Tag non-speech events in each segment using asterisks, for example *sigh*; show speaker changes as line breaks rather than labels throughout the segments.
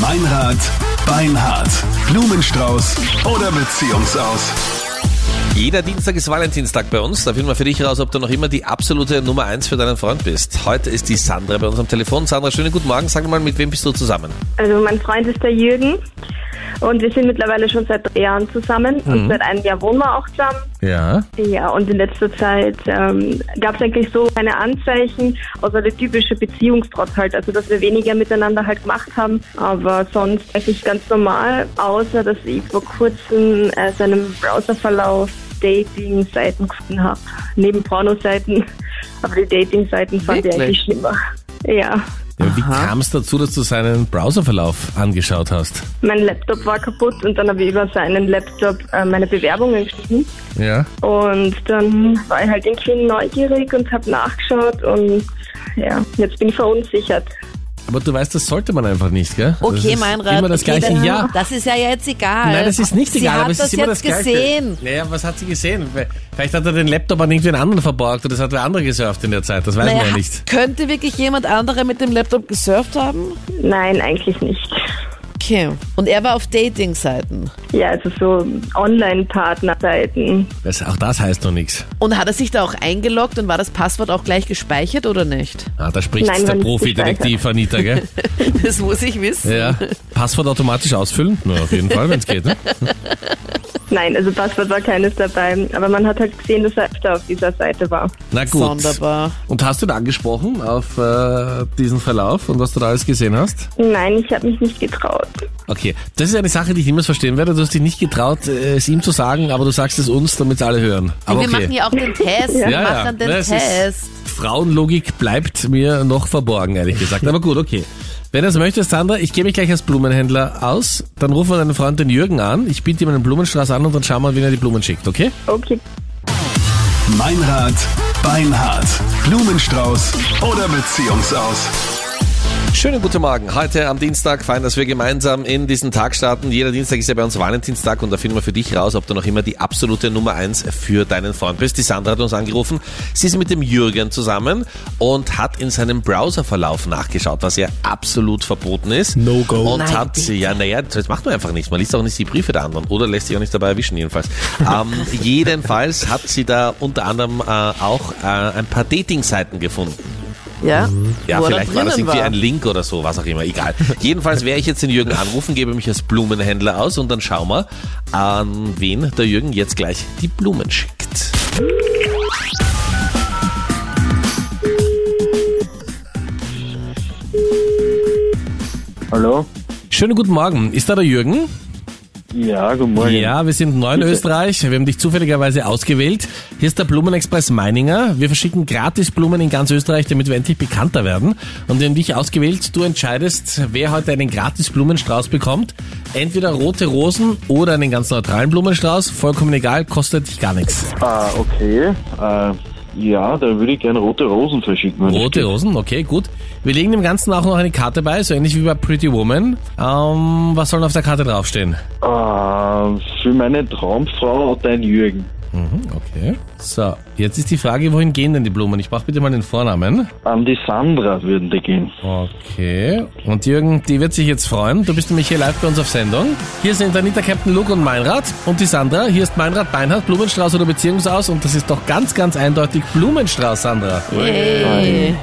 Meinrad, Beinhard, Blumenstrauß oder Beziehungsaus.
Jeder Dienstag ist Valentinstag bei uns. Da finden wir für dich raus, ob du noch immer die absolute Nummer eins für deinen Freund bist. Heute ist die Sandra bei uns am Telefon. Sandra, schönen guten Morgen. Sag mal, mit wem bist du zusammen?
Also mein Freund ist der Jürgen und wir sind mittlerweile schon seit drei Jahren zusammen und seit einem Jahr wohnen wir auch zusammen.
Ja.
Ja, und in letzter Zeit ähm, gab es eigentlich so keine Anzeichen, außer der typische Beziehungstrotz halt, also dass wir weniger miteinander halt gemacht haben, aber sonst eigentlich ganz normal, außer dass ich vor kurzem äh, so einen Browserverlauf Dating-Seiten gefunden habe. Neben Pornoseiten, *laughs* aber die Dating-Seiten fand ich
Wirklich?
eigentlich schlimmer. Ja.
Ja, wie kam es dazu, dass du seinen Browserverlauf angeschaut hast?
Mein Laptop war kaputt und dann habe ich über seinen Laptop äh, meine Bewerbungen geschrieben.
Ja.
Und dann war ich halt irgendwie neugierig und habe nachgeschaut und ja, jetzt bin ich verunsichert.
Aber du weißt, das sollte man einfach nicht, gell? das
Okay,
ist
Meinrad.
Immer das
okay,
gleiche
dann-
Ja.
Das ist ja jetzt egal.
Nein, das ist nicht egal,
Sie
aber
hat
es
das
ist immer
jetzt
das Gleiche.
gesehen.
Naja, was hat sie gesehen? Vielleicht hat er den Laptop an irgendwen anderen verborgt oder das hat wer andere gesurft in der Zeit, das weiß man ja nicht.
könnte wirklich jemand anderer mit dem Laptop gesurft haben?
Nein, eigentlich nicht.
Okay. Und er war auf Dating-Seiten.
Ja, also so Online-Partnerseiten.
Das, auch das heißt noch nichts.
Und hat er sich da auch eingeloggt und war das Passwort auch gleich gespeichert oder nicht? *laughs*
Ah, da spricht
Nein,
der
war nicht
Profi-Detektiv Anita, gell?
Das muss ich wissen. *laughs*
Ja. Passwort automatisch ausfüllen? Nur auf jeden Fall, wenn es geht, ne?
Nein, also Passwort war keines dabei, aber man hat halt gesehen, dass er öfter auf dieser Seite war.
Na gut.
Sonderbar.
Und hast du da angesprochen auf äh, diesen Verlauf und was du da alles gesehen hast?
Nein, ich habe mich nicht getraut.
Okay, das ist eine Sache, die ich niemals verstehen werde. Du hast dich nicht getraut, äh, es ihm zu sagen, aber du sagst es uns, damit es alle hören. Aber
Wir
okay.
machen ja auch den Test.
Ja,
Wir
ja.
machen den
Na, es ist-
Test.
Frauenlogik bleibt mir noch verborgen, ehrlich gesagt. Aber gut, okay. Wenn du es möchtest, Sandra, ich gebe mich gleich als Blumenhändler aus. Dann rufen wir deinen Freund den Jürgen an. Ich biete ihm einen Blumenstrauß an und dann schauen wir, wen er die Blumen schickt, okay?
Okay, *laughs*
Meinrad, Beinhard, Blumenstrauß oder Beziehungsaus.
Schönen guten Morgen. Heute am Dienstag fein, dass wir gemeinsam in diesen Tag starten. Jeder Dienstag ist ja bei uns Valentinstag und da finden wir für dich raus, ob du noch immer die absolute Nummer eins für deinen Freund bist. Die Sandra hat uns angerufen. Sie ist mit dem Jürgen zusammen und hat in seinem Browserverlauf nachgeschaut, was ja absolut verboten ist.
No go.
Und
Nein,
hat sie, ja, naja, das macht man einfach nicht. Man liest auch nicht die Briefe der anderen oder lässt sich auch nicht dabei erwischen, jedenfalls. ähm, jedenfalls hat sie da unter anderem äh, auch äh, ein paar Dating-Seiten gefunden.
Mhm.
Ja,
Ja,
wo er da
vielleicht war das
drinnen
irgendwie
war.
ein Link oder so, was auch immer, egal. Jedenfalls werde ich jetzt den Jürgen anrufen, gebe mich als Blumenhändler aus und dann schauen wir, an wen der Jürgen jetzt gleich die Blumen schickt.
Hallo?
Schönen guten Morgen. Ist da der Jürgen?
Ja, guten Morgen.
Ja, wir sind neu in Österreich. Wir haben dich zufälligerweise ausgewählt. Hier ist der Blumenexpress Meininger. Wir verschicken gratis Blumen in ganz Österreich, damit wir endlich bekannter werden. Und wir haben dich ausgewählt. Du entscheidest, wer heute einen gratis Blumenstrauß bekommt. Entweder rote Rosen oder einen ganz neutralen Blumenstrauß. Vollkommen egal, kostet dich gar nichts.
Ah, okay. Äh, ja, da würde ich gerne rote Rosen verschicken. wenn
Rote
das geht.
Rosen, okay, gut. Wir legen dem Ganzen auch noch eine Karte bei, so ähnlich wie bei Pretty Woman. Ähm, was soll denn auf der Karte draufstehen?
Ah, für meine Traumfrau dein Jürgen.
Mhm, okay. So, jetzt ist die Frage, wohin gehen denn die Blumen? Ich brauche bitte mal den Vornamen.
An die Sandra würden die gehen.
Okay. Und Jürgen, die wird sich jetzt freuen. Du bist nämlich hier live bei uns auf Sendung. Hier sind Anita, Captain Luke und Meinrad. Und die Sandra. Hier ist Meinrad, Beinhardt, Blumenstrauß oder Beziehungsaus. Und das ist doch ganz, ganz eindeutig Blumenstrauß, Sandra. Mhm.
Hey.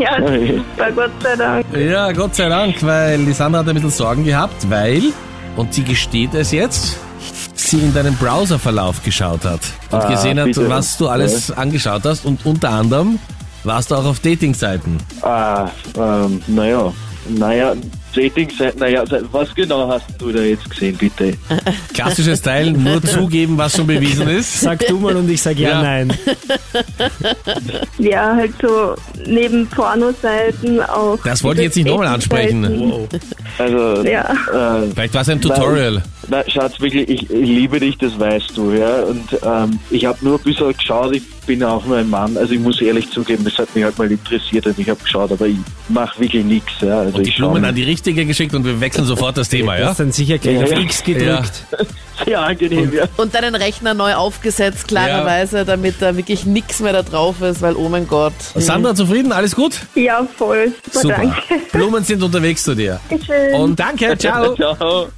ja, super, Gott sei Dank.
Ja, Gott sei Dank, weil die Sandra hat ein bisschen Sorgen gehabt, weil, und sie gesteht es jetzt, sie in deinen Browserverlauf geschaut hat und
Ah,
gesehen hat,
bitte.
was du alles angeschaut hast. Und unter anderem warst du auch auf Datingseiten.
Ah, ähm, naja. Naja, Dating seit, naja, seit, was genau hast du da jetzt gesehen, bitte?
Klassisches
*laughs*
Teil, nur zugeben, was schon bewiesen ist.
Sag du mal und ich sag ja,
Ja.
nein.
Ja, halt so neben Pornoseiten auch.
Das wollte ich jetzt nicht nochmal ansprechen.
Also,
Ja.
äh,
Vielleicht war es ein Tutorial.
Na, Schatz, wirklich, ich, ich liebe dich, das weißt du, ja. Und ähm, ich habe nur ein bisschen geschaut, ich bin auch nur ein Mann, also ich muss ehrlich zugeben, das hat mich halt mal interessiert und ich habe geschaut, aber ich mache wirklich nichts, ja. Also
Und die
ich schau
Blumen
mir-
an die Sticker geschickt und wir wechseln sofort das Thema,
Das
ja?
ist dann sicher gleich
Ja,
auf
ja.
X gedrückt.
Sehr angenehm, *laughs* ja.
Und deinen Rechner neu aufgesetzt, klarerweise, damit da wirklich nichts mehr da drauf ist, weil oh mein Gott.
Sandra, zufrieden? Alles gut?
Ja, voll. Super,
Super.
danke.
Blumen sind unterwegs zu dir.
Dankeschön.
Und danke, ciao.
*laughs* Ciao.